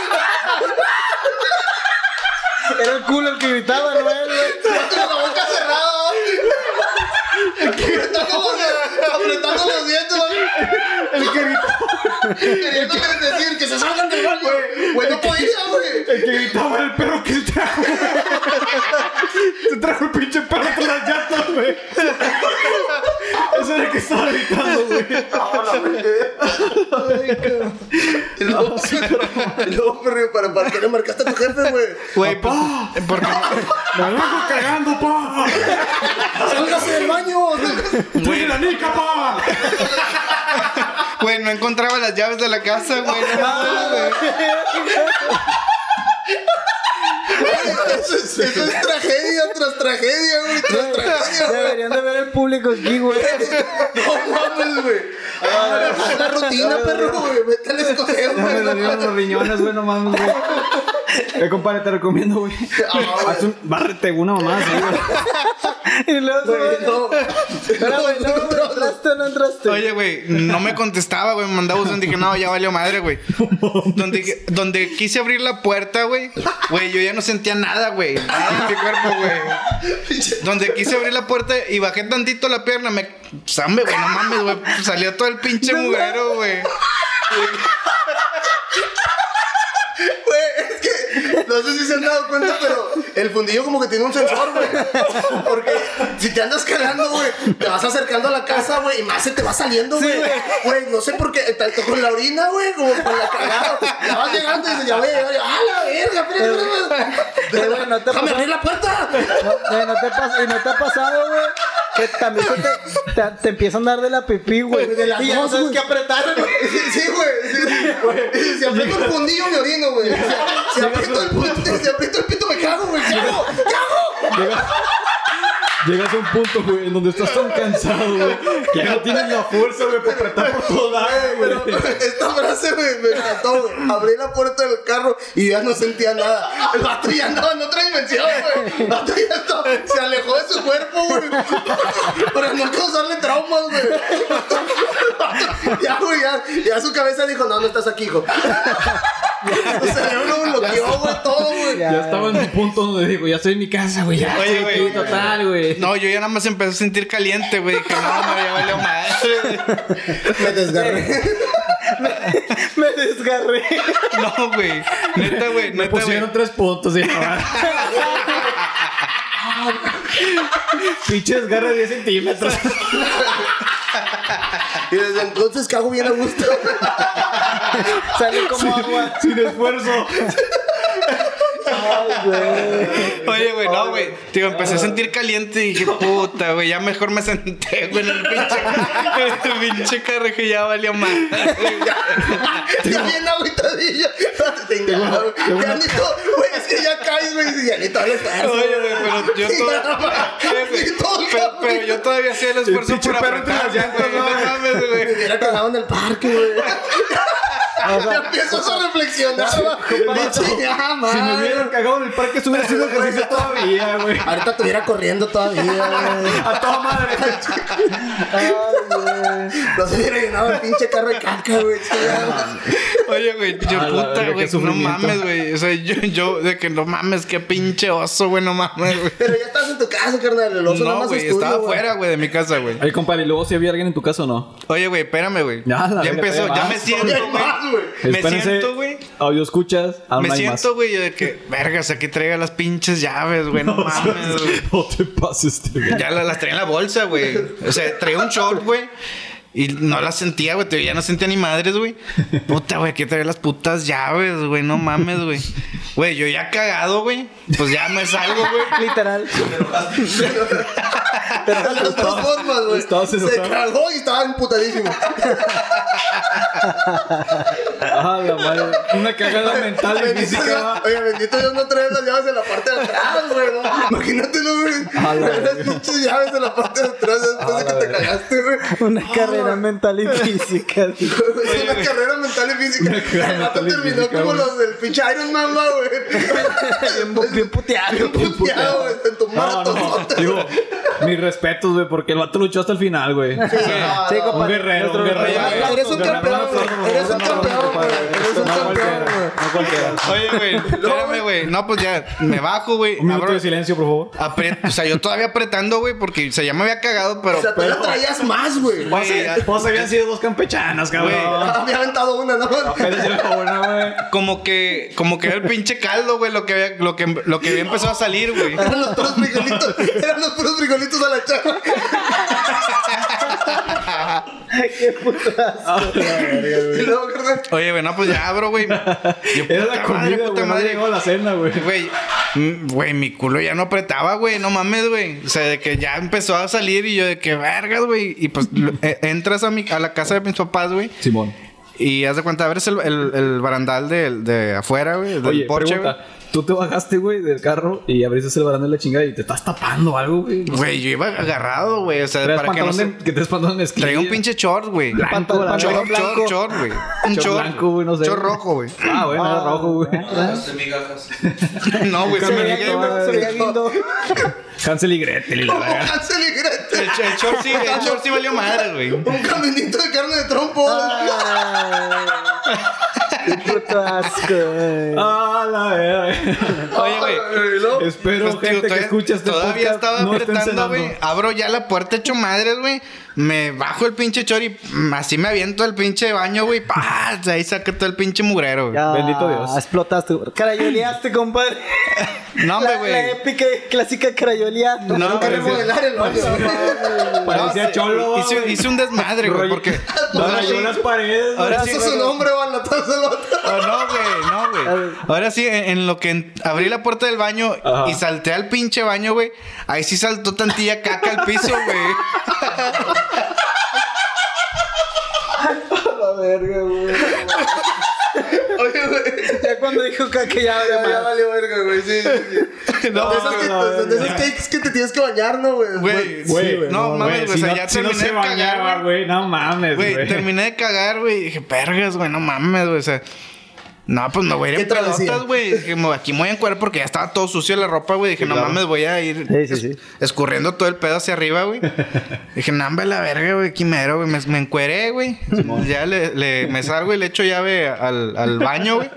Era el culo el que gritaba, no él, güey.
Yo tengo la boca cerrada, güey. apretando los, apretando los dientes, güey.
El que gritaba,
Queriendo decir que se salgan del baño. Güey, no podía, güey.
el que gritaba era el perro que se trajo. Se trajo el pinche perro por las llantas, güey. Ese era el que estaba gritando, güey.
Y luego, y luego, perro, ¿para, ¿para qué le marcaste a tu jefe, güey?
Güey, pues, porque,
¡Me vengo cagando, pa!
¡Sálgase del baño!
¡Estoy en la nica, pa!
güey, no encontraba las llaves de la casa, güey. No
Ah,
mames, güey.
Eso es, eso es tragedia tras tragedia, güey. Tras tragedia, güey.
Deberían de ver el público aquí, güey.
No mames, güey. Ah, Es una rutina, perro, güey. Vete al escogeo,
Ya me
güey.
dolieron los riñones, güey, no mames, güey. Eh, compadre, te recomiendo, güey. Haz un- Bárrete una mamá, así, güey.
Y luego se va-
Güey, no.
Espera, güey, no,
No,
güey,
no, no.
entraste o no entraste. Eh,
Oye, güey, no me contestaba, güey. Me mandaba un dije, no, ya valió madre, güey. Donde, donde quise abrir la puerta, güey, güey, yo ya no sentía nada, güey. Nada en mi cuerpo, güey. Donde quise abrir la puerta y bajé tantito la pierna, me. Sambe, güey, no mames, güey. Salió todo el pinche mugrero, güey.
Güey, es que no sé si se han dado cuenta, pero el fundillo como que tiene un sensor, güey. Porque si te andas cagando, güey, te vas acercando a la casa, güey, y más se te va saliendo, güey. Güey, no sé por qué, tanto con la orina, güey, como con la cagada. Ya vas llegando y dices, ya voy a llegar, y, ¡ah, la verga! Espera, espera, espera.
Eh, güey, no te
¡Déjame
pasó.
abrir la puerta!
No, güey, no te pas- y no te ha pasado, güey. Que también se te, te, te empieza a andar de la pipí, güey.
Güey, de las
Y ya no
dos,
sabes
güey.
qué apretar, güey.
Sí, sí, güey. Sí, sí, güey. Si aprieto el fundillo, me orino, güey. Si, si aprieto el pito, si aprieto el pito, me cago, güey. ¿Qué hago? ¿Qué hago?
Llegas, llegas a un punto, güey, en donde estás tan cansado, güey, que ya no tienes la fuerza, güey, para apretar por todos lados, güey.
Pero esta frase güey, me encantó, güey. Abrí la puerta del carro y ya no sentía nada. El vato ya andaba en otra dimensión, güey. El vato ya estaba- se alejó de su cuerpo, güey. Para no causarle traumas, güey. El vato- Ya, güey, ya, ya su cabeza dijo, no, no estás aquí, hijo. Su cerebro bloqueó, güey, todo, güey.
Ya estaba en un punto donde digo, ya estoy en mi casa, güey. Ya,
Oye,
estoy
güey.
aquí, total, güey.
No, yo ya nada más empecé a sentir caliente, güey. Dije, no, no, ya valió madre.
Me desgarré.
Me desgarré.
No, güey. Neta, güey.
Me
Neta, güey.
pusieron tres puntos, y Pinche desgarra de 10 centímetros.
Y desde entonces cago bien a gusto.
Sale como agua.
Sin esfuerzo.
Oye, güey, no, güey. Digo, empecé a
Ah.
sentir caliente y dije, puta, güey, ya mejor me senté, güey, en el pinche, en el pinche carro que ya valió más.
ya bien agüitadillo. Tengo Ya ni todo. Güey, es que ya caes, güey. y Ya ni todo el esfuerzo.
Oye, güey, pero yo todavía. Oye, güey,
Ni todo el
pero,
cambio.
pero yo todavía hacía el esfuerzo
pinche
por
perro entre las
apretar,
llantas,
güey.
¿no,
No
güey?
mames, güey.
Me hubiera cagado en el parque, güey.
Ah,
Ya empiezas a reflexionar. Dice, ya,
Si me hubieran
madre.
cagado en el parque, estuviera haciendo ejercicio todavía, güey.
Ahorita estuviera corriendo todavía, güey.
A toda madre.
No se hubiera llenado el pinche carro de caca, güey.
Oye, güey, yo
A Ah, la verga,
puta,
qué
güey, no
sufrimiento.
mames, güey. O sea, yo, yo, de que no mames, qué pinche oso, güey, no mames, güey.
Pero ya estás en tu casa, carnal. El oso nada
No,
más
güey,
es tuyo,
estaba
güey.
afuera, güey, de mi casa, güey.
Oye, compadre, ¿y luego si había alguien en tu casa o no?
Oye, güey, espérame, güey.
Ya, la verga,
Ya empezó,
todavía
ya
más.
me siento,
Todavía hay más, güey.
güey. Me siento, güey.
Audio escuchas. aún
Me
hay
siento, güey, de que, vergas, aquí traiga las pinches llaves, güey, no
más.
mames, güey.
No te pases, tío.
Ya la- las traía en la bolsa, güey. O sea, traía un short, güey. Y no las sentía, güey. te- Ya no sentía ni madres, güey. Puta, güey, aquí traía las putas llaves, güey. No mames, güey. Güey, yo ya cagado, güey. Pues ya me salgo, güey.
Literal.
De las dos formas, güey.
Estaba
Se
enojado.
cagó y estaba emputadísimo.
Ah, la madre. Una cagada mental y
Bendito
física.
Dios-
va.
Oye, bendito Dios no trae las llaves en la parte de atrás, güey. ¿no? Imagínatelo, güey. Traer las pinches llaves en la parte de atrás después de que te cagaste, güey.
Una
Ah,
carrera
güey.
mental y física. digo.
Es una carrera mental y física.
carrera
El rato
mental y
terminó
física,
como
güey.
los del pinche Iron Man, va, güey.
Bien, bien puteado.
Bien puteado, güey. En tu
No, no.
maratón.
Digo, mis respetos, güey, porque el vato luchó hasta el final, güey.
Sí,
no.
compadre,
guerrero,
nuestro-
un guerrero.
Oye, Eres un campeón, güey. Eres un campeón, güey. Eres
No
un campeón,
cualquiera,
güey.
No cualquiera.
Oye, güey. Espérame, güey. No, pues ya me bajo, güey.
Un minuto
Abro-
de silencio, por favor.
apre- o sea, yo todavía apretando, güey, porque o sea, ya me había cagado, pero. pues,
O sea, tú la traías más, güey.
Güey, ya-
Vos pues, habían sido dos campechanas, cabrón.
Había aventado una, ¿no?
Pero sí, bueno, güey.
como que, como que era el pinche caldo, güey, lo que había, lo que, lo que había empezado a salir, güey.
Eran los puros frijolitos. Eran los puros frijolitos a la chava.
Qué putas.
Y luego, carnal,
Oye, güey, no, pues ya abro, güey. Yo,
Era
puta
la comida,
madre,
güey.
puta
No
madre.
llegó a la cena, güey.
Güey, mm, güey, mi culo ya no apretaba, güey, no mames, güey. O sea, de que ya empezó a salir y yo de que vergas, güey. Y pues lo- eh, entras a, mi, a la casa de mis papás, güey.
Simón.
Y haz de cuenta, abres el, el, el barandal del- de, afuera, güey, del
Oye,
porche,
pregunta. Tú te bajaste, güey, del carro y abriste el barandal de la chingada y te estás tapando algo, güey. No sé.
Güey, yo iba agarrado, güey. O sea,
Traes
para que no
pantalón
se...
de- que te espantaron de mezclilla.
Traía un pinche short, güey.
Blanco,
pantalón
Chor, chor,
blanco.
chor, güey. Un
Chor
chor.
blanco, güey, no sé.
Chor rojo, güey.
Ah, bueno, era rojo, güey.
Dejaste migajas.
No, güey. se me
Camerino,
llegué, güey.
Se veía guindo.
Hansel y Gretel y la verga.
Hansel y
El,
Gretel.
el short sí, el short sí valió madre, güey.
Un caminito de carne de trompo.
Qué puto asco, güey.
Ah, la verga.
Oye, güey.
Y luego,
Espero,
Pues, tío,
gente, que
todavía-
escucha este
Todavía
podcast
estaba
no estén
apretando,
cenando.
güey. Abro ya la puerta hecho madres, güey. Me bajo el pinche chor y mm, así me aviento al pinche baño, güey. ¡Pah! Ahí saca todo el pinche mugrero, güey.
Ya,
Bendito Dios.
Explotaste. Carayoleaste, compadre.
No, hombre,
La- La
güey.
épica y clásica carayoleada.
No,
Tengo que
parecía-
remodelar el baño.
Parecía
No, se-
cholo,
Ah, Hice,
güey.
hice un desmadre, güey.
Rollo-
Porque.
No,
ahora
rayó
sí-
las paredes. güey.
Ahora sí,
Eso es un hombre, balatazo
Oh, no, güey, no, güey. Ahora sí, en, en lo que en- abrí la puerta del baño
Ajá.
y salté al pinche baño, güey. Ahí sí saltó tantilla caca al piso, güey.
La verga, güey.
Oye, güey.
Ya cuando dijo que ya
Ya, ya
había
valió verga, güey. Sí, sí, sí.
No,
de esos,
no,
que,
no,
de- de
no.
esos cakes que te tienes que bañar, ¿no, güey?
Güey,
Güey,
sí, no, mames,
güey,
güey.
si
o sea,
no-
ya
si no
terminé
se
de
bañaba,
cagar,
güey. No mames,
güey. Güey,
güey.
terminé de cagar, güey. y Dije, pergas, güey, no mames, güey. O sea, no, pues me voy a ir en
¿Qué travesía?
pelotas, güey. Dije, "Me- aquí me voy a encuadrar porque ya estaba todo sucio la ropa, güey. Dije, no
claro.
mames, voy a ir
Sí, sí,
es-
sí.
escurriendo todo el pedo hacia arriba, güey. Dije, no, hombre, la verga, güey, aquí mero, güey. Me, me encueré, güey. Ya le, le- me salgo y le echo llave al, al baño, güey.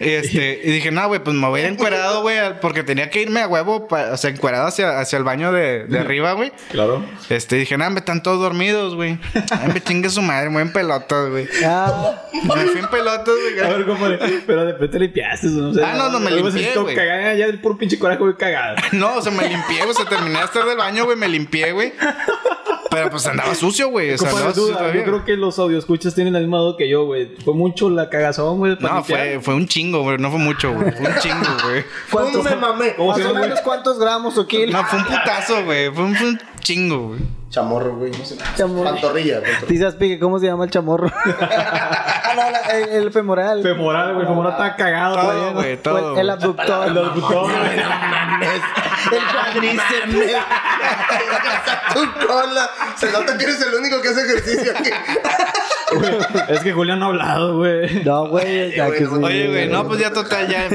Y, este, y dije, no, güey, pues me voy a ir encuerado, güey, al- porque tenía que irme a huevo, pa- o sea, encuerado hacia, hacia el baño de, de arriba, güey.
Claro.
Este, dije, no, hombre, están todos dormidos, güey. Ay, me chingue su madre, me voy en pelotas, güey.
Ah,
Me fui en pelotas,
A
güey.
ver, compadre, pero de repente limpiaste, no sé.
Ah, no, no, me
Luego se
limpié,
hizo
güey.
cagada, ya del puro pinche coraje, güey, cagada.
No, o sea, me limpié, o sea, terminé de estar del baño, güey, me limpié, güey. Pero pues andaba sucio, güey. O sea,
Compadre,
andaba sucio
duda, yo
todavía.
creo que los audioscuchas tienen la misma duda que yo, güey. Fue mucho la cagazón, güey. para
No,
limpiar.
fue, fue un chingo, güey. No fue mucho, güey. Fue un chingo, güey.
¿Cómo me mamé?
¿Cómo se
más o
llama, güey?
menos cuántos gramos o kilos.
No, fue un putazo, güey. Fue un, fue un chingo, güey.
Chamorro, güey. No sé.
Chamorro.
Pantorrilla. pantorrilla.
Dice Aspigue, ¿cómo se llama el chamorro? Ah, no, no, el, el femoral.
Femoral, güey. Femoral está cagado,
Todo,
güey.
güey,
O
todo.
el, el
güey.
abductor.
Lo amputó, güey.
El cuadríceps.
Tu cola. Se nota que eres el único que hace ejercicio aquí.
Güey, Es que Julián no ha hablado, güey.
No, güey. ya que sí.
Oye, güey, no, pues ya total, ya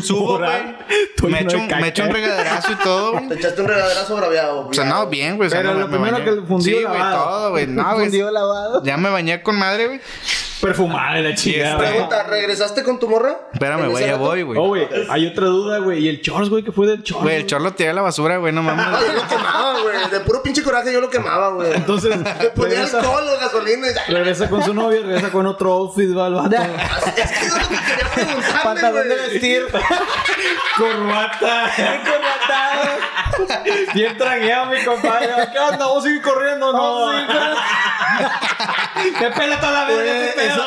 subo,
Femoral,
güey.
todo
Me
lleno
echo
de
un,
caca.
me echo un regaderazo y todo, güey.
Te echaste un regaderazo braviado.
O sea, no, bien, güey. o sea,
Pero
no,
lo
me
primero
bañé.
que el fundido
Sí, güey,
lavado.
todo, güey. No, güey.
Fundido lavado.
Ya me bañé con madre, güey.
Perfumada de la
Sí,
chingada, güey.
Pregunta, ¿regresaste con tu morra?
Espérame,
¿En
güey,
ese
ya
rato?
voy, güey.
Oh, güey. Hay otra duda, güey. ¿Y el Chors, güey? ¿Qué fue del Chors?
Güey, el chorro lo tiré a la basura, güey, no mames.
Ah, Yo lo quemaba, güey. De puro pinche coraje yo lo quemaba, güey.
Entonces,
Le ponía
regresa,
alcohol o gasolina. y-
regresa con su novia, regresa con otro outfit, va al vato.
Es que eso es lo que quería
Pantalón
preguntarle,
de
güey.
vestir.
Corbata. Bien tragueado, mi compadre. ¿Qué onda? ¿Vos seguir corriendo? No, Te pela toda la verga, te pedo.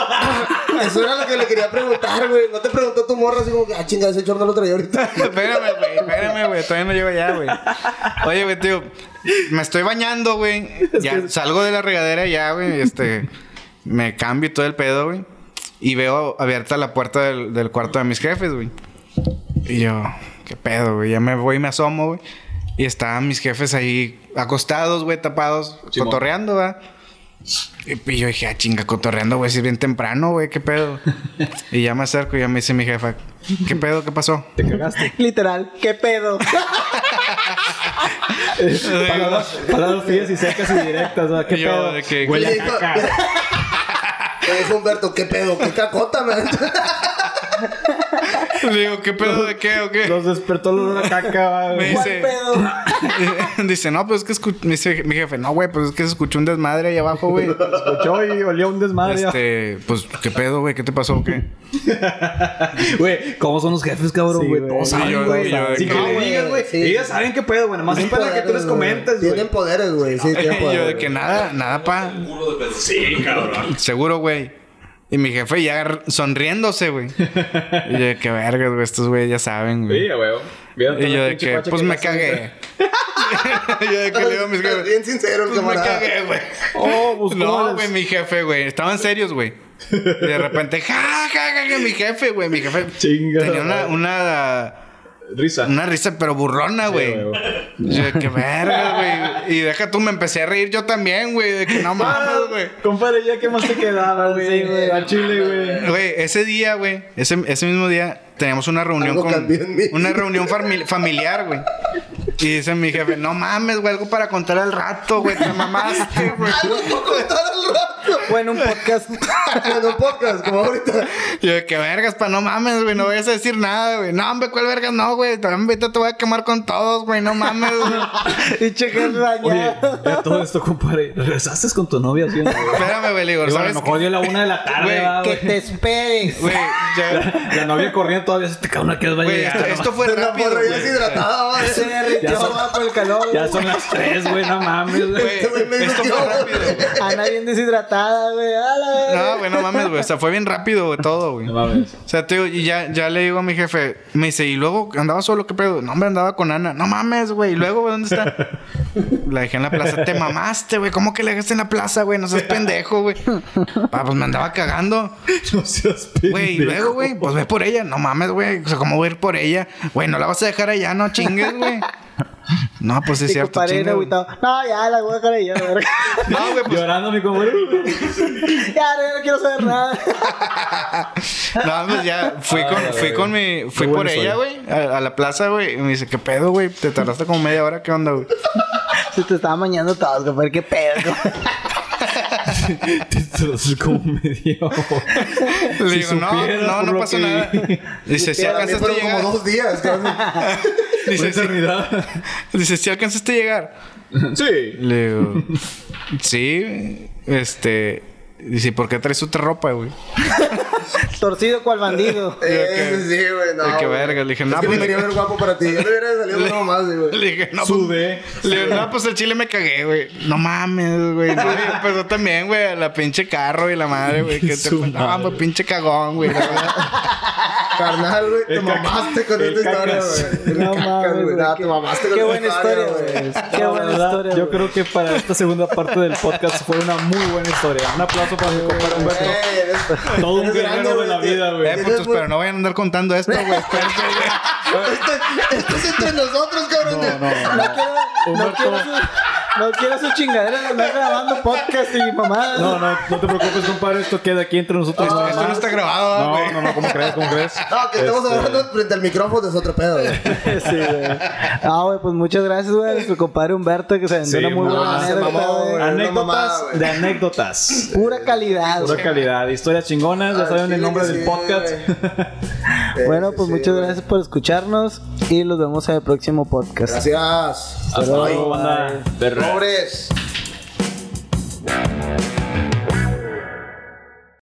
Eso era lo que le quería preguntar, güey. No te preguntó tu morra así como que, ah, chinga, ese chorro no lo traía ahorita.
Espérame, güey, espérame, güey. Todavía no llego ya, güey. Oye, güey, tío, me estoy bañando, güey. Ya salgo de la regadera ya, güey. Este, me cambio y todo el pedo, güey. Y veo abierta la puerta del, del cuarto de mis jefes, güey. Y yo, qué pedo, güey. Ya me voy y me asomo, güey. Y estaban mis jefes ahí acostados, güey, tapados,
Simón.
cotorreando, va. Y y yo dije, ah, chinga, cotorreando, güey, si es bien temprano, güey, qué pedo. y ya me acerco y ya me dice mi jefa, ¿qué pedo? ¿Qué pasó?
Te cagaste.
Literal. ¿Qué pedo?
Palabras, palabras frías y secas y directas, ¿verdad? ¿Qué
Yo,
pedo?
de que-
Huele
Le
a
dijo-
caca.
Le dijo Humberto, qué pedo, qué cacota, man.
Le digo, ¿qué pedo de qué o qué?
Los despertó el olor a caca, va, güey.
Me
¿Cuál
Dice-
pedo?
Dice, no, pues es que escu- me dice mi jefe, no, güey, pues es que se escuchó un desmadre ahí abajo, güey.
Escuchó y olía un
Ah,
desmadre.
Este, pues, ¿qué pedo, güey? ¿Qué te pasó o qué?
Güey, ¿cómo son los jefes, cabrón,
Sí,
güey?
güey.
Todos
Sí,
saben,
yo-
güey.
yo- yo-
Sin que
no,
le
güey,
digas, güey.
sí.
Ellas saben qué pedo, güey. Nada más es para que tú les comentes, güey.
Tienen poderes, güey. Sí, tienen
Y yo
poderes.
de que nada, nada, pa.
Culo de pedo. Sí.
Seguro, güey. Y mi jefe ya r- sonriéndose, güey. Y yo de que vergas, güey, estos güey ya saben, güey.
güey.
Y yo de que, pues me cagué. yo de que le digo a mis jefes,
Bien sincero el
pues me
camarada.
cagué, güey.
Oh, buscó.
No,
las-
güey, mi jefe, güey. Estaban serios, güey. Y de repente, ja, ja, ja, ja, mi jefe, güey. Mi jefe
Chinga.
tenía una, una,
Risa.
una risa, pero burrona, güey. Yo, qué verga, güey. Y deja tú, me empecé a reír yo también, güey. De que no mames, güey.
Compadre, ya que más te quedaba, güey.
Sí, güey.
Al chile, güey.
Güey, ese día, güey, ese, ese mismo día teníamos una reunión
Algo
con
cambió en mí.
una reunión fami- familiar, güey. Y dice mi jefe, "No mames, güey, algo para contar al rato, güey, te mamaste, güey."
Algo poco de todo el rato.
Bueno, un podcast.
En un podcast, como ahorita.
Y yo, "Qué vergas, pa, no mames, güey, no vayas a decir nada, güey." "No, hombre, cuál vergas, no, güey. También ahorita te voy a quemar con todos, güey, no mames." güey."
Y cheques
Oye,
rañado.
ya todo esto, compadre. ¿Regresaste con tu novia, sí? o no, güey?
Espérame, güey, le digo,
Digo, a
¿sabes?
lo mejor dio la una de la
Güey,
tarde, va,
Que
güey.
te esperes.
Güey, ya-
La novia corriendo todavía se te cae una que es
güey,
vaya.
esto, esto fue
La
Pues rápido.
morra ya
güey.
deshidratada, va.
Se derritió
son-
va, por el calor.
Ya son las tres, güey, no mames, güey.
Güey,
Este güey me
esto
dijo,
fue
"Yo,
rápido. güey.
Ana bien deshidratada, güey. A la verga.
No, güey, no mames, güey. O sea, fue bien rápido, güey, todo, güey.
No mames.
O sea, te digo, y ya, ya le digo a mi jefe, me dice, ¿y luego andaba solo? ¿Qué pedo? No, hombre, andaba con Ana. No mames, güey. ¿Y luego, güey, dónde está? La dejé en la plaza. Te mamaste, güey. ¿Cómo que la dejaste en la plaza, güey? No seas pendejo, güey. Ah, pues me andaba cagando.
No seas
Güey, y luego, güey, pues ve por ella. No mames, güey. O sea, ¿cómo voy a ir por ella? Güey, no la vas a dejar allá, no chingues, güey. No, pues sí es
Y
cierto.
compadre,
chinga, güey.
agüitado. No, ya la voy a dejar ahí, ya, la verga.
No, güey, pues.
Llorando, mi compadre.
Ya, no, ya no quiero saber nada.
No, pues ya fui con,
Ah,
fui
güey.
con mi. Fui
Qué
por
buena
ella, güey, a, a la plaza, güey. Y me dice, ¿qué pedo, güey? Te tardaste como media hora, ¿qué onda, güey?
Se te estaba mañando todos, compadre. Qué pedo, compadre.
Te lo haces como medio.
Le
Si
digo, no,
supieras
no,
por
no
lo
pasó
que
nada.
vi.
Dice, si
Para mí
alcanzaste a
fueron como
llegar.
dos días. cabrón.
Una
Dice, si,
eternidad.
dice, si alcanzaste a llegar.
Sí.
Le digo, sí, este. Dice, ¿por qué traes otra ropa, güey?
Torcido cual bandido.
Eh, Sí, güey, no.
Ay, qué
güey.
verga, le dije,
Es
no,
que me
pues,
quería
le-
ver guapo para ti. Yo te hubiera salido uno más, güey.
Le dije, no, pues,
Sube.
le digo, no, pues el chile me cagué, güey. No mames, güey. No, y empezó también, güey, a la pinche carro y la madre, güey. Que te
Su
no,
madre.
pues pinche cagón, güey. la verdad.
Carnal, güey, te
El caca-
mamaste con
el
esta historia,
cacas.
güey. El
No
cacas,
mames,
güey. Nada,
güey.
Te mamaste
Qué,
con
qué
esta
buena historia, güey. Qué
La
buena
verdad,
historia.
Yo
güey.
creo que para esta segunda parte del podcast fue una muy buena historia. Un aplauso para mi compadre Humberto.
Eh, eres-
Todo un
eres
guerrero
grande,
de la vida, güey.
Eh,
Tienes
putos,
muy-
pero no vayan a andar contando esto, güey. Espérense, güey.
Esto, esto Este, es entre nosotros,
No,
cabrón.
no, no.
No quiero, no
Humberto.
quiero su, no quiero su chingadera de andar grabando podcast y mamá.
No, no, no te preocupes, compadre. Esto queda aquí entre nosotros.
Esto,
nada
esto no
más.
está grabado, güey.
No, no, no, ¿cómo crees? ¿Cómo crees?
No, que estamos
Este,
hablando frente al micrófono es otro pedo, güey.
Sí, güey. Ah, güey, pues muchas gracias, güey, a nuestro compadre Humberto que se vendió
Sí,
una muy
no,
buena
se
manera.
mamó, güey. Una mamada,
Anécdotas
güey.
de anécdotas.
Pura calidad.
Pura
güey.
calidad, historias chingonas, ya
Al
saben el
chile
nombre
que
del
sí,
podcast.
güey.
Bueno,
Sí,
pues
sí,
muchas
güey.
gracias por escucharnos y los vemos en el próximo podcast.
Gracias.
Hasta luego, banda. De
Pobres.